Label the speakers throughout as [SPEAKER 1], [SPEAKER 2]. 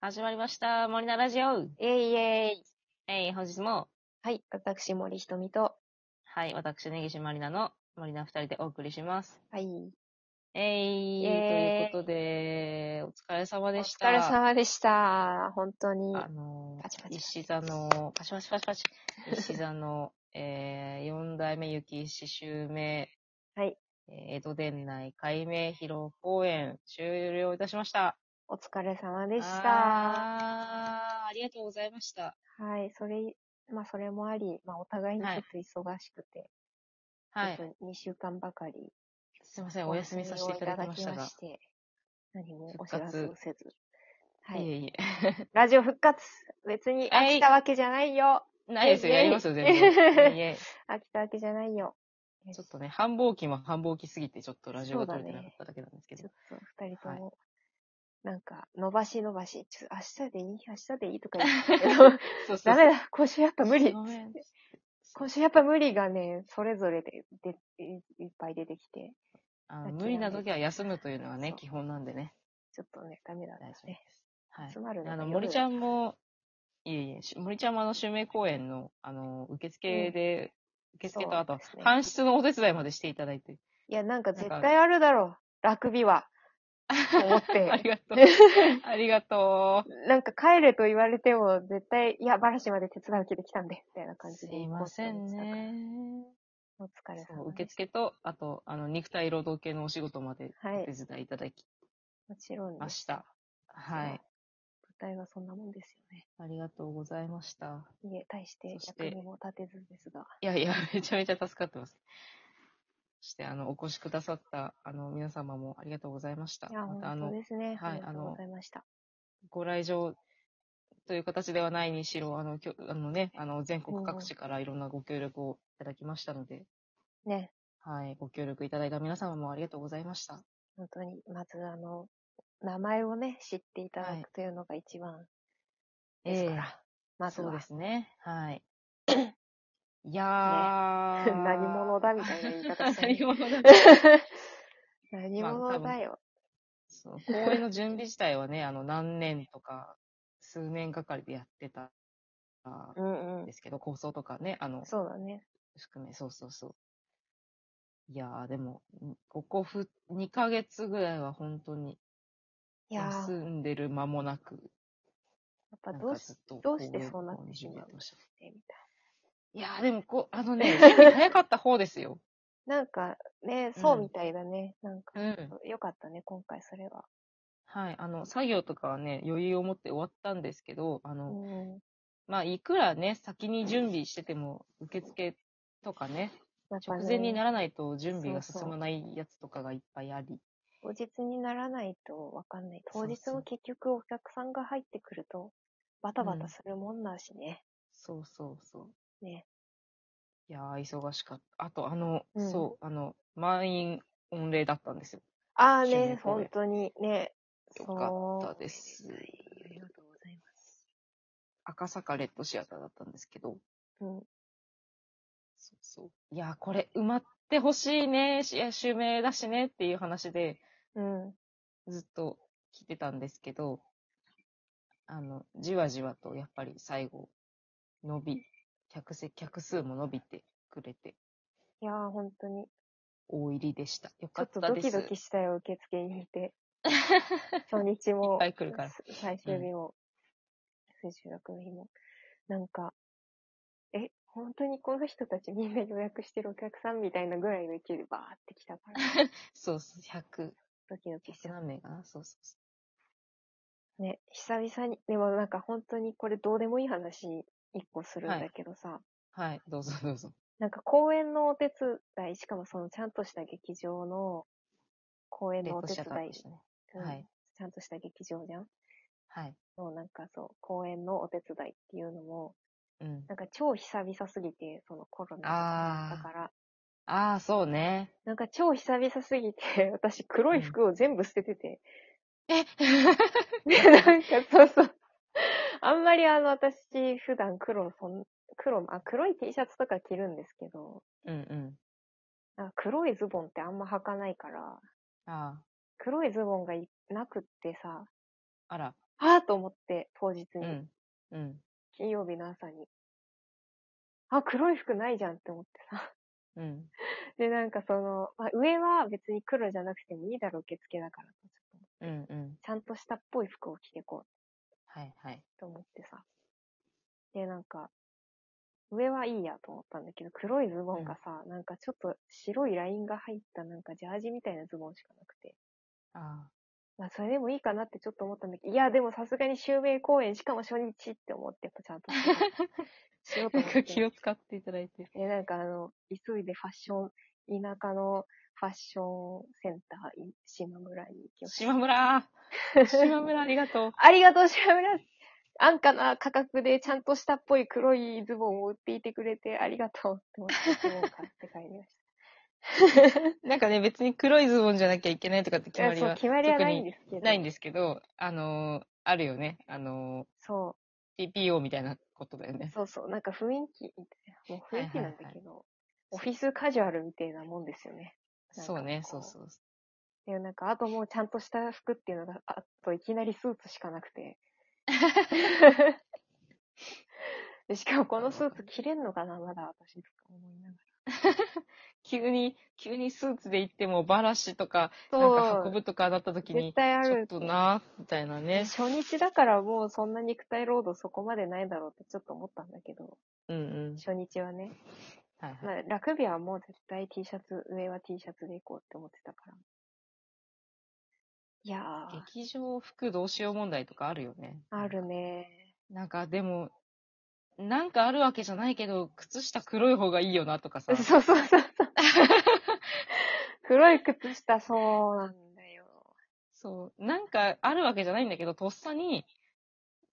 [SPEAKER 1] 始まりました。森菜ラジオ。
[SPEAKER 2] えいえい。
[SPEAKER 1] えー、本日も、
[SPEAKER 2] はい、私、森ひとみと。
[SPEAKER 1] はい、私、根岸まりなの森菜二人でお送りします。
[SPEAKER 2] はい。
[SPEAKER 1] えー、
[SPEAKER 2] イエーイ
[SPEAKER 1] ということで、お疲れ様
[SPEAKER 2] お
[SPEAKER 1] でした。
[SPEAKER 2] 疲れ様でした。本当に。
[SPEAKER 1] あのー
[SPEAKER 2] パチパチパチ
[SPEAKER 1] 石座の、パチパチパチパ チ、石座の、えー、四代目雪刺繍名、
[SPEAKER 2] はい。
[SPEAKER 1] えー江戸伝内改名披露公演終了いたしました。
[SPEAKER 2] お疲れ様でした。
[SPEAKER 1] あーありがとうございました。
[SPEAKER 2] はい、それ、まあ、それもあり、まあ、お互いにちょ
[SPEAKER 1] は
[SPEAKER 2] っ
[SPEAKER 1] い
[SPEAKER 2] と忙しくて、
[SPEAKER 1] はい
[SPEAKER 2] ち。ょっと2週間ばかり
[SPEAKER 1] すいません、お休みさせていただきましたが。
[SPEAKER 2] て、何もお
[SPEAKER 1] 復
[SPEAKER 2] 知
[SPEAKER 1] 活
[SPEAKER 2] らせをせず。はいい。
[SPEAKER 1] えい
[SPEAKER 2] ラジオ復活別に飽きたわけじゃないよ
[SPEAKER 1] え。ないですよ、
[SPEAKER 2] イエイ
[SPEAKER 1] やりますよ、全然。いえ
[SPEAKER 2] 飽きたわけじゃないよ
[SPEAKER 1] いえちょっとね、繁忙期も繁忙期すぎて、ちょっとラジオが撮れてなかっただけなんですけ
[SPEAKER 2] ち
[SPEAKER 1] ど
[SPEAKER 2] ょっ。と二人とも、なんか、伸ばし伸ばし、ちょっと明日でいい明日でいいとか言ってたけど、
[SPEAKER 1] そうそうそう
[SPEAKER 2] ダメだ今週やっぱ無理
[SPEAKER 1] ごめん
[SPEAKER 2] 今週やっぱ無理がね、それぞれででいいっぱい出てきて、
[SPEAKER 1] あの無理な時は休むというのがね、基本なんでね。
[SPEAKER 2] ちょっとね、ダメだっ
[SPEAKER 1] 大
[SPEAKER 2] た
[SPEAKER 1] 丈夫です
[SPEAKER 2] ね。。
[SPEAKER 1] はい
[SPEAKER 2] 集。まる
[SPEAKER 1] あ
[SPEAKER 2] が
[SPEAKER 1] の、森ちゃ
[SPEAKER 2] ん。
[SPEAKER 1] んも、いえいえ、し森ちゃんもあの、襲名公演の、あの、受付で、受付と、あ
[SPEAKER 2] そ
[SPEAKER 1] と
[SPEAKER 2] うですね、
[SPEAKER 1] 搬出のお手伝いまでしていただいて。
[SPEAKER 2] いや、なんか絶
[SPEAKER 1] なん
[SPEAKER 2] 対あるだろう。ラグビは。と思っ
[SPEAKER 1] あ
[SPEAKER 2] て。
[SPEAKER 1] りが とう。ありがとう。
[SPEAKER 2] なんか帰れと言われても、絶対、いや、バラシまで手伝う気で来たんで、みたいな感じ
[SPEAKER 1] す
[SPEAKER 2] で
[SPEAKER 1] い
[SPEAKER 2] 行こ
[SPEAKER 1] ま
[SPEAKER 2] うと
[SPEAKER 1] せ
[SPEAKER 2] 思っ
[SPEAKER 1] ん
[SPEAKER 2] てた
[SPEAKER 1] ね。
[SPEAKER 2] から。お疲れ
[SPEAKER 1] そう
[SPEAKER 2] 様
[SPEAKER 1] 受
[SPEAKER 2] です。
[SPEAKER 1] 付と、あと、あの、肉体労働系のお仕事まで
[SPEAKER 2] はい
[SPEAKER 1] お手伝いいただき
[SPEAKER 2] もちろん
[SPEAKER 1] ま
[SPEAKER 2] ね、
[SPEAKER 1] した。はい。
[SPEAKER 2] そう舞台はそんなもんですよね。
[SPEAKER 1] ありがとうございました。
[SPEAKER 2] いえ、対して
[SPEAKER 1] そして
[SPEAKER 2] 役にも立てずですが。
[SPEAKER 1] いやいや、 めちゃめちゃ助かってます。そして、あの、お越しくださった、あの、皆様もありがとうございました。
[SPEAKER 2] いや、
[SPEAKER 1] また、あ
[SPEAKER 2] 本
[SPEAKER 1] の、
[SPEAKER 2] 当ですね。
[SPEAKER 1] はい
[SPEAKER 2] ありがとう
[SPEAKER 1] あの
[SPEAKER 2] ございました。
[SPEAKER 1] ご来場という形ではないにしろ、あの、きょあのね、あの、全国各地からいろんなご協力をいただきましたので、
[SPEAKER 2] ね、
[SPEAKER 1] はい、ご協力いただいた皆様もありがとうございました。
[SPEAKER 2] 本当に、まずあの、名前をね、知っていただ
[SPEAKER 1] はい
[SPEAKER 2] くというのが一番ですから、まず
[SPEAKER 1] そう
[SPEAKER 2] は
[SPEAKER 1] で、すね。はい。いやー。
[SPEAKER 2] 何者だみたいな言い方して ね
[SPEAKER 1] 何者だ
[SPEAKER 2] 何
[SPEAKER 1] まあ
[SPEAKER 2] 者
[SPEAKER 1] 多分
[SPEAKER 2] だよ。
[SPEAKER 1] そう公演の準備自体はね、あの、何年とか、数年がかりでやってたん
[SPEAKER 2] うんうん
[SPEAKER 1] で。すけど、構想とかね、あの、
[SPEAKER 2] そうだね。
[SPEAKER 1] 含め、そうそうそう。いやー、でも、んここふ、2ヶ月ぐらいは本当に、
[SPEAKER 2] いや
[SPEAKER 1] 休
[SPEAKER 2] ー、やっ
[SPEAKER 1] んでる間もなく、
[SPEAKER 2] ぱ
[SPEAKER 1] なん
[SPEAKER 2] ど
[SPEAKER 1] か
[SPEAKER 2] うし
[SPEAKER 1] ずっと
[SPEAKER 2] どうして
[SPEAKER 1] 公演
[SPEAKER 2] そうなって
[SPEAKER 1] 公演準備や
[SPEAKER 2] しまう
[SPEAKER 1] てました
[SPEAKER 2] てみ
[SPEAKER 1] いやー、でもこう、あのね、準備 早かった方ですよ。
[SPEAKER 2] たい。なんかね、そううんみたいだね。なんか、
[SPEAKER 1] うん。
[SPEAKER 2] よかったね、今回それは。
[SPEAKER 1] はい、あの、作業とかはね、余裕を持って終わったんですけど、あ
[SPEAKER 2] う
[SPEAKER 1] の、
[SPEAKER 2] んうん。
[SPEAKER 1] まあ、いくらね、先に準備してても、受付とかね、
[SPEAKER 2] やっぱ
[SPEAKER 1] 直前にな
[SPEAKER 2] ね、
[SPEAKER 1] らないと準備が
[SPEAKER 2] そうそう
[SPEAKER 1] 進まないやつとかがいっぱいあり、
[SPEAKER 2] 当日にならないとわかんない。
[SPEAKER 1] そ
[SPEAKER 2] 当
[SPEAKER 1] う
[SPEAKER 2] 日
[SPEAKER 1] そう
[SPEAKER 2] も結局お客さんが入ってくると、バタバタするもんだしね。
[SPEAKER 1] そうそうそう。
[SPEAKER 2] ね。
[SPEAKER 1] いやー、忙しかった。あと、あの、
[SPEAKER 2] うん
[SPEAKER 1] そう、あの、満員御礼だったんですよ。
[SPEAKER 2] ああ
[SPEAKER 1] 趣味
[SPEAKER 2] ね、
[SPEAKER 1] 公園
[SPEAKER 2] 本当にね。
[SPEAKER 1] よかった
[SPEAKER 2] そう
[SPEAKER 1] です
[SPEAKER 2] はいありがとうございます。
[SPEAKER 1] 赤坂レッドシアターだったんですけど、
[SPEAKER 2] うん。
[SPEAKER 1] そうそう。いやー、これ埋まってほしいね、しいや襲名だしねっていう話で、
[SPEAKER 2] うん。
[SPEAKER 1] ずっと来てたんですけど、あの、じわじわとやっぱり最後、伸び、客席、客数も伸びてくれて、
[SPEAKER 2] いやー、本当に。
[SPEAKER 1] 大入りでした。よ
[SPEAKER 2] ちょ
[SPEAKER 1] か
[SPEAKER 2] っ
[SPEAKER 1] っ
[SPEAKER 2] と
[SPEAKER 1] た
[SPEAKER 2] ド
[SPEAKER 1] です。
[SPEAKER 2] キドキしたよ、受付にいて。初日
[SPEAKER 1] いっ
[SPEAKER 2] も
[SPEAKER 1] ぱ、い来るから。
[SPEAKER 2] 最終日も、最終学の日も。なんか、え、本当にこの人たちみんな予約してるお客さんみたいなぐらいの勢いでバーって来たから、
[SPEAKER 1] そうそう、100、
[SPEAKER 2] ドキドキして
[SPEAKER 1] 100何名かなそうそうそ
[SPEAKER 2] ね、久々に、でもなんか本当にこれどうでもいい話一個するん
[SPEAKER 1] はい
[SPEAKER 2] だけどさ、
[SPEAKER 1] う。はい、どうぞどうぞ。
[SPEAKER 2] なんか公演のお手伝い、しかもそのちゃんとした劇場の公演
[SPEAKER 1] レ
[SPEAKER 2] の
[SPEAKER 1] ッ
[SPEAKER 2] お
[SPEAKER 1] ド
[SPEAKER 2] 手
[SPEAKER 1] シアター
[SPEAKER 2] 伝い
[SPEAKER 1] で、したね。
[SPEAKER 2] うん
[SPEAKER 1] はい、
[SPEAKER 2] ちゃんとした劇場じゃん
[SPEAKER 1] はい。
[SPEAKER 2] のなんかそう、公演のお手伝いっていうのも、
[SPEAKER 1] うん。
[SPEAKER 2] なんか超久々すぎて、そのコロナと
[SPEAKER 1] あ
[SPEAKER 2] か
[SPEAKER 1] ー
[SPEAKER 2] だったから、
[SPEAKER 1] ああ、そうね。
[SPEAKER 2] なんか超久々すぎて、 私黒い服を全部捨ててて、
[SPEAKER 1] え
[SPEAKER 2] で、 なんかそうそう、あんまりあの私普段黒、そん黒、あ、黒い T シャツとか着るんですけど、
[SPEAKER 1] うんうん。
[SPEAKER 2] なんか黒いズボンってあんま履かないから、
[SPEAKER 1] あ
[SPEAKER 2] 黒いズボンがいなくってさ、
[SPEAKER 1] あ、あら。
[SPEAKER 2] あーと思って、当日
[SPEAKER 1] う
[SPEAKER 2] に、
[SPEAKER 1] ん。うん。
[SPEAKER 2] 金曜日の朝に。あ、黒い服ないじゃんって思ってさ。
[SPEAKER 1] うん。
[SPEAKER 2] で、なんかその、まあ、上は別に黒じゃなくてもいいだろう、受付だから。ちょっ
[SPEAKER 1] う
[SPEAKER 2] と
[SPEAKER 1] ん。うん。
[SPEAKER 2] ちゃんとしたっぽい服を着てこう
[SPEAKER 1] はいはい。
[SPEAKER 2] と思ってさ。で、なんか、上はいいやと思ったんだけど、黒いズボンがさ、なんかちょっと白いラインが入ったなんかジャージみたいなズボンしかなくて。
[SPEAKER 1] あ
[SPEAKER 2] まあ、それでもいいかなってちょっと思ったんだけど、いや、でもさすがに襲名公演、しかも初日って思って、やっぱちゃんと
[SPEAKER 1] あ。なん
[SPEAKER 2] しようと思っ
[SPEAKER 1] か。
[SPEAKER 2] て
[SPEAKER 1] 気を使っていただいて。
[SPEAKER 2] え、なんかあの、急いでファッション、田舎のファッションセンター、い島村に行きました。
[SPEAKER 1] 島村 島村ありがとう。
[SPEAKER 2] ありがとう、島村。安価な価格でちゃんとしたっぽい黒いズボンを売っていてくれてありがとうって思ってズボンを買って帰りまし
[SPEAKER 1] なんかね、別に黒いズボンじゃなきゃいけないとかって決
[SPEAKER 2] た。
[SPEAKER 1] まり
[SPEAKER 2] いやそう、
[SPEAKER 1] は
[SPEAKER 2] 決まりはないんですけど。。
[SPEAKER 1] ないんですすけど、あのーあるよね。あの
[SPEAKER 2] そ
[SPEAKER 1] ー TPO みたいなことだよ
[SPEAKER 2] う、
[SPEAKER 1] ね。
[SPEAKER 2] そうそう、なんか雰囲気、もう雰囲気なんだ
[SPEAKER 1] はいはい
[SPEAKER 2] けど、オフィスカジュアルみたいなもんですよね。なんか
[SPEAKER 1] そうね、
[SPEAKER 2] こ
[SPEAKER 1] そううそう。
[SPEAKER 2] で、なんか、あともうちゃんとした服っていうのが、あといきなりスーツしかなく て。でしかもこのスーツ着れんのかな、まだ私とか思いながら。
[SPEAKER 1] 急に、急にスーツで行っても、バラシとか、な
[SPEAKER 2] そ
[SPEAKER 1] ん
[SPEAKER 2] う
[SPEAKER 1] か運ぶとかだった時
[SPEAKER 2] 絶
[SPEAKER 1] に、
[SPEAKER 2] 対あ
[SPEAKER 1] ちょっ
[SPEAKER 2] る。
[SPEAKER 1] とな、みたいなね。
[SPEAKER 2] 初日だからもうそんな肉体労働そこまでないだろうってちょっと思ったんだけど、
[SPEAKER 1] うんうん。
[SPEAKER 2] 初日はね。
[SPEAKER 1] はいは
[SPEAKER 2] ま
[SPEAKER 1] い。
[SPEAKER 2] あ、ラクビアはもう絶対 T シャツ、上は T シャツで行こうって思ってたから。いやー、
[SPEAKER 1] 劇場服どうしよう問題とかあるよね。
[SPEAKER 2] あるね
[SPEAKER 1] なんかでも、なんかあるわけじゃないけど、靴下黒い方がいいよなとかさ
[SPEAKER 2] ー。。そうそうそうそう。 黒い靴下、そうなんだよ。
[SPEAKER 1] そう。なんかあるわけじゃないんだけど、とっさに、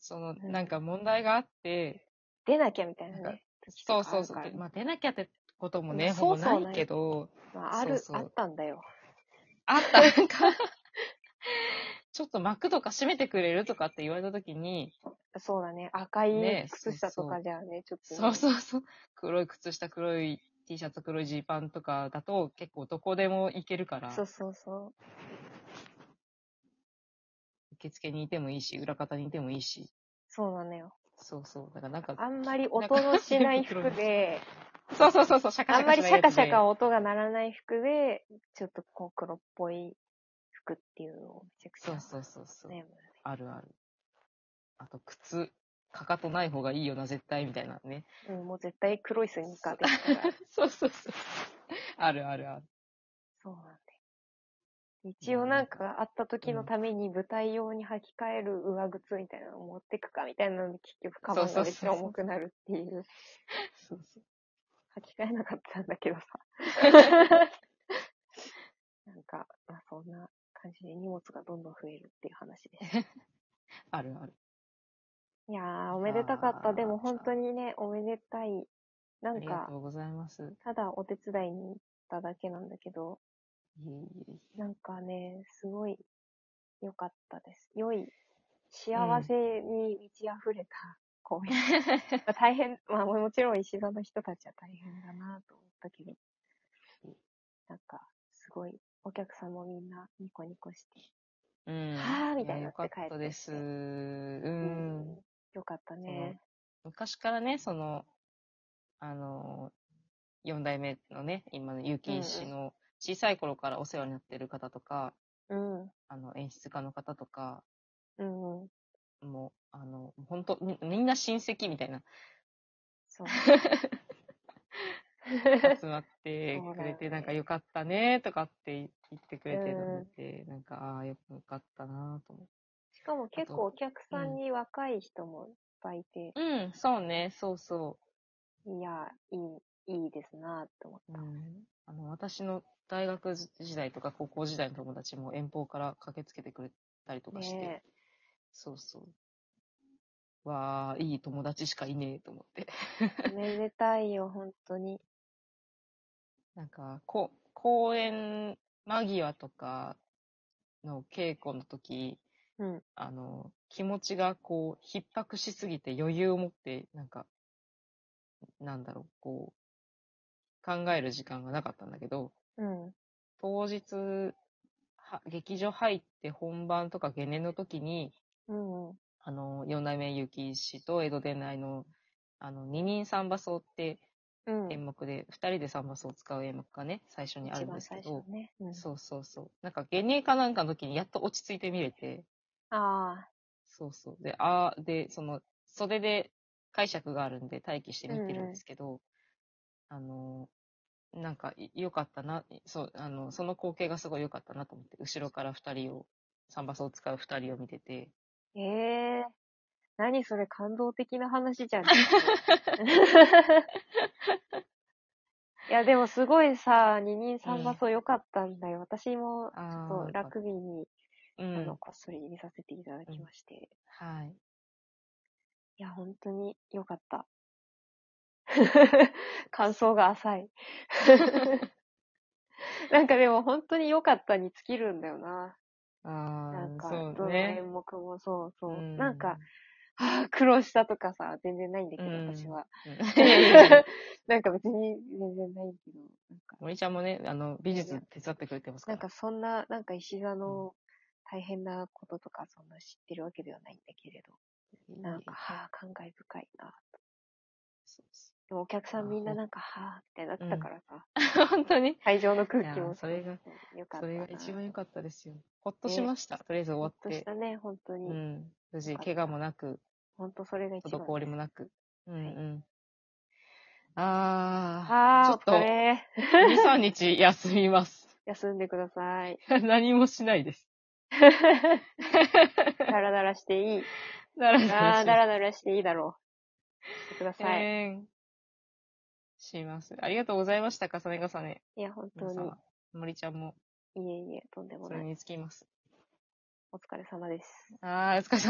[SPEAKER 1] その、
[SPEAKER 2] ん
[SPEAKER 1] なんか問題があって、
[SPEAKER 2] 出なきゃみたいな
[SPEAKER 1] なん
[SPEAKER 2] ね。時
[SPEAKER 1] そ
[SPEAKER 2] と
[SPEAKER 1] う
[SPEAKER 2] かあ
[SPEAKER 1] そう
[SPEAKER 2] る
[SPEAKER 1] そ
[SPEAKER 2] から
[SPEAKER 1] う。まあ出なきゃってこともね、
[SPEAKER 2] うんそ
[SPEAKER 1] ほ
[SPEAKER 2] う
[SPEAKER 1] ぼ
[SPEAKER 2] そう
[SPEAKER 1] な
[SPEAKER 2] ない
[SPEAKER 1] いけど、
[SPEAKER 2] まあ、ある
[SPEAKER 1] そうそう
[SPEAKER 2] あったんだよ。
[SPEAKER 1] あった、なんか、ちょっと幕とか閉めてくれるとかって言われたときに、
[SPEAKER 2] そうだね。赤い
[SPEAKER 1] ね
[SPEAKER 2] 靴下とかじゃあね、ちょっとね、
[SPEAKER 1] そうそうそう、黒い靴下、黒い T シャツ、黒いジーパンとかだと結構どこでも行けるから、
[SPEAKER 2] そうそうそう。
[SPEAKER 1] 受付にいてもいいし、裏方にいてもいいし、
[SPEAKER 2] そうなのよ。
[SPEAKER 1] そうそう、だからなんか、
[SPEAKER 2] あんまり音のしない服で、
[SPEAKER 1] そうそうそうそう、シャカシ
[SPEAKER 2] あ
[SPEAKER 1] ャ
[SPEAKER 2] んま
[SPEAKER 1] カし
[SPEAKER 2] り
[SPEAKER 1] な
[SPEAKER 2] シ
[SPEAKER 1] いや
[SPEAKER 2] ャ
[SPEAKER 1] つで
[SPEAKER 2] カシャカ音が鳴らない服で、ちょっとこう黒っぽい服っていうのをめちゃくち
[SPEAKER 1] そ
[SPEAKER 2] ゃ
[SPEAKER 1] うそうそうそう、
[SPEAKER 2] 悩む。
[SPEAKER 1] あるある。あと、靴、かかとない方がいいよな、絶対、みたいなね。
[SPEAKER 2] うん、もう絶対黒いスニーカーですから。
[SPEAKER 1] そうそうそう。あるあるある。
[SPEAKER 2] そうなんだよ。一応なんかあった時のために舞台用に履き替える上靴みたいなのを持ってくかみたいなので結局カバンがめっちゃ重くなるっていう。
[SPEAKER 1] そうそう。
[SPEAKER 2] 履き替えなかったん だけどさ。なんか、まあそんな感じで荷物がどんどん増えるっていう話で した。
[SPEAKER 1] あるある。
[SPEAKER 2] いやー、おめでたかっ
[SPEAKER 1] あ
[SPEAKER 2] た。
[SPEAKER 1] ー
[SPEAKER 2] でも本当にね、おめでたい。な
[SPEAKER 1] あ
[SPEAKER 2] ん
[SPEAKER 1] りが
[SPEAKER 2] か
[SPEAKER 1] と、うございます。
[SPEAKER 2] ただお手伝いに行っただけなんだけど、
[SPEAKER 1] いえいえいえ。
[SPEAKER 2] なんかね、すごい良かったです。良い、幸せに満ち溢れた公演。 まあ大変、まあもちろん石田の人たちは大変だなと思ったけど、なんか、すごい、お客さんもみんなニコニコして、
[SPEAKER 1] うん。
[SPEAKER 2] はぁみたい
[SPEAKER 1] や
[SPEAKER 2] になっ
[SPEAKER 1] よか
[SPEAKER 2] て
[SPEAKER 1] っ
[SPEAKER 2] 帰ってきて
[SPEAKER 1] たです。う。
[SPEAKER 2] うん良かったね。
[SPEAKER 1] 昔からね、その、あの、4代目のね、今の結城氏の小さい頃からお世話になってる方とか、
[SPEAKER 2] うん。
[SPEAKER 1] あの、演出家の方とか、
[SPEAKER 2] うん。うん。
[SPEAKER 1] もう、あの、本当みみんな親戚みたいな、
[SPEAKER 2] そう。
[SPEAKER 1] 集まって
[SPEAKER 2] そうだよね
[SPEAKER 1] くれて、なんかよかったね、とかって言ってくれてた
[SPEAKER 2] うん
[SPEAKER 1] ので、なんか、ああ、よかったなと思って。
[SPEAKER 2] しかも結
[SPEAKER 1] あと
[SPEAKER 2] 構お客さんに若い人もいっぱいいて、
[SPEAKER 1] うん、そうね、そうそう。
[SPEAKER 2] いや、いい、いいですなって思っ
[SPEAKER 1] う
[SPEAKER 2] た。
[SPEAKER 1] ん、あの私の大学時代とか高校時代の友達も遠方から駆けつけてくれたりとかして、
[SPEAKER 2] ね
[SPEAKER 1] そうそう。わあ、いい友達しかいねえと思って。
[SPEAKER 2] え、めでたいよ、本当に。
[SPEAKER 1] なんか、こ公演間際とかの稽古の時、
[SPEAKER 2] うん。
[SPEAKER 1] あの、気持ちがこう、逼迫しすぎて余裕を持って、なんか、なんだろう、こう、考える時間がなかったんだけど、
[SPEAKER 2] うん。
[SPEAKER 1] 当日、は劇場入って本番とかゲネの時に、
[SPEAKER 2] うんうん。
[SPEAKER 1] あの、四代目ゆき氏と江戸伝来の、あの、二人三馬荘って
[SPEAKER 2] うん。
[SPEAKER 1] 演目で、二人で三馬荘を使う演目がね、最初にあるんですけ
[SPEAKER 2] 一番
[SPEAKER 1] ど
[SPEAKER 2] 最初、ね。うん、
[SPEAKER 1] そうそうそう。なんか、ゲネかなんかの時にやっと落ち着いて見れて、
[SPEAKER 2] ああ、
[SPEAKER 1] そうそう。で、あーで、その、袖で解釈があるんで待機して見てるんですけど、あの、なんかい、良かったな、そう、あの、その光景がすごい良かったなと思って、後ろから二人を、三馬荘を使う二人を見てて、
[SPEAKER 2] ええ何それ感動的な話 じゃん。 いや、でもすごいさ、二人三馬荘良かったんだよ。私も、ち
[SPEAKER 1] あ
[SPEAKER 2] ょっと
[SPEAKER 1] ー
[SPEAKER 2] ラグビーに、
[SPEAKER 1] う
[SPEAKER 2] あの、
[SPEAKER 1] ん。
[SPEAKER 2] こっそり見させていただきまして。い
[SPEAKER 1] はい。
[SPEAKER 2] や、本当に良かった。 感想が 浅い。 なんかでも本当に良かったに尽きるんだよな。
[SPEAKER 1] あ
[SPEAKER 2] なん
[SPEAKER 1] あ、
[SPEAKER 2] か、
[SPEAKER 1] そ
[SPEAKER 2] ど
[SPEAKER 1] う
[SPEAKER 2] の
[SPEAKER 1] ね。
[SPEAKER 2] 演目もそうそう。
[SPEAKER 1] う
[SPEAKER 2] なんか、、はあ、苦労したとかさ、全然ないんだけど、
[SPEAKER 1] うん
[SPEAKER 2] 私 は。
[SPEAKER 1] うんいやいやいや
[SPEAKER 2] なんか別に全然ないけど、なんか、
[SPEAKER 1] 森ちゃんもね、あの、美術手伝ってくれてますか
[SPEAKER 2] なん
[SPEAKER 1] ら。
[SPEAKER 2] かそんな、なんか石田の大変なこととか、そんな知ってるわけではないんだけれど、なんか、はあ、感慨深いな。
[SPEAKER 1] そうそ
[SPEAKER 2] でもお客さ
[SPEAKER 1] あ
[SPEAKER 2] んみんな
[SPEAKER 1] ほん
[SPEAKER 2] なんか、はあ、ってなってたからさ、
[SPEAKER 1] う本当に、
[SPEAKER 2] 会場の空気
[SPEAKER 1] いや
[SPEAKER 2] も
[SPEAKER 1] ーそれが
[SPEAKER 2] よか
[SPEAKER 1] そ
[SPEAKER 2] ったな。
[SPEAKER 1] れが一番良かったですよ。ほっとしました。とりあえず終
[SPEAKER 2] ほ
[SPEAKER 1] わ
[SPEAKER 2] っと
[SPEAKER 1] っ。
[SPEAKER 2] してたね、本当
[SPEAKER 1] う
[SPEAKER 2] に。
[SPEAKER 1] ん。無
[SPEAKER 2] よ
[SPEAKER 1] 事、
[SPEAKER 2] かった
[SPEAKER 1] 怪我もなく、
[SPEAKER 2] 本当それが一番。
[SPEAKER 1] 滞りもなく。うんう
[SPEAKER 2] い
[SPEAKER 1] ん。あ
[SPEAKER 2] ああ、
[SPEAKER 1] ちょっと
[SPEAKER 2] お疲れ。
[SPEAKER 1] ー、2、3日休みます。
[SPEAKER 2] 休んでください。
[SPEAKER 1] 何もしないです。
[SPEAKER 2] ダラダラしていい。
[SPEAKER 1] なら
[SPEAKER 2] ああ、 ダ
[SPEAKER 1] ら
[SPEAKER 2] ラダラしていいだろ う。してください。
[SPEAKER 1] えーします。ありがとうございました、重ね重ね。
[SPEAKER 2] いや、本当
[SPEAKER 1] 皆
[SPEAKER 2] に
[SPEAKER 1] 様。。森ちゃんも、
[SPEAKER 2] いえいえ、とんでも
[SPEAKER 1] そ
[SPEAKER 2] な
[SPEAKER 1] れ
[SPEAKER 2] い。
[SPEAKER 1] につきます。
[SPEAKER 2] お疲れ様です。
[SPEAKER 1] あー、お疲れ様です。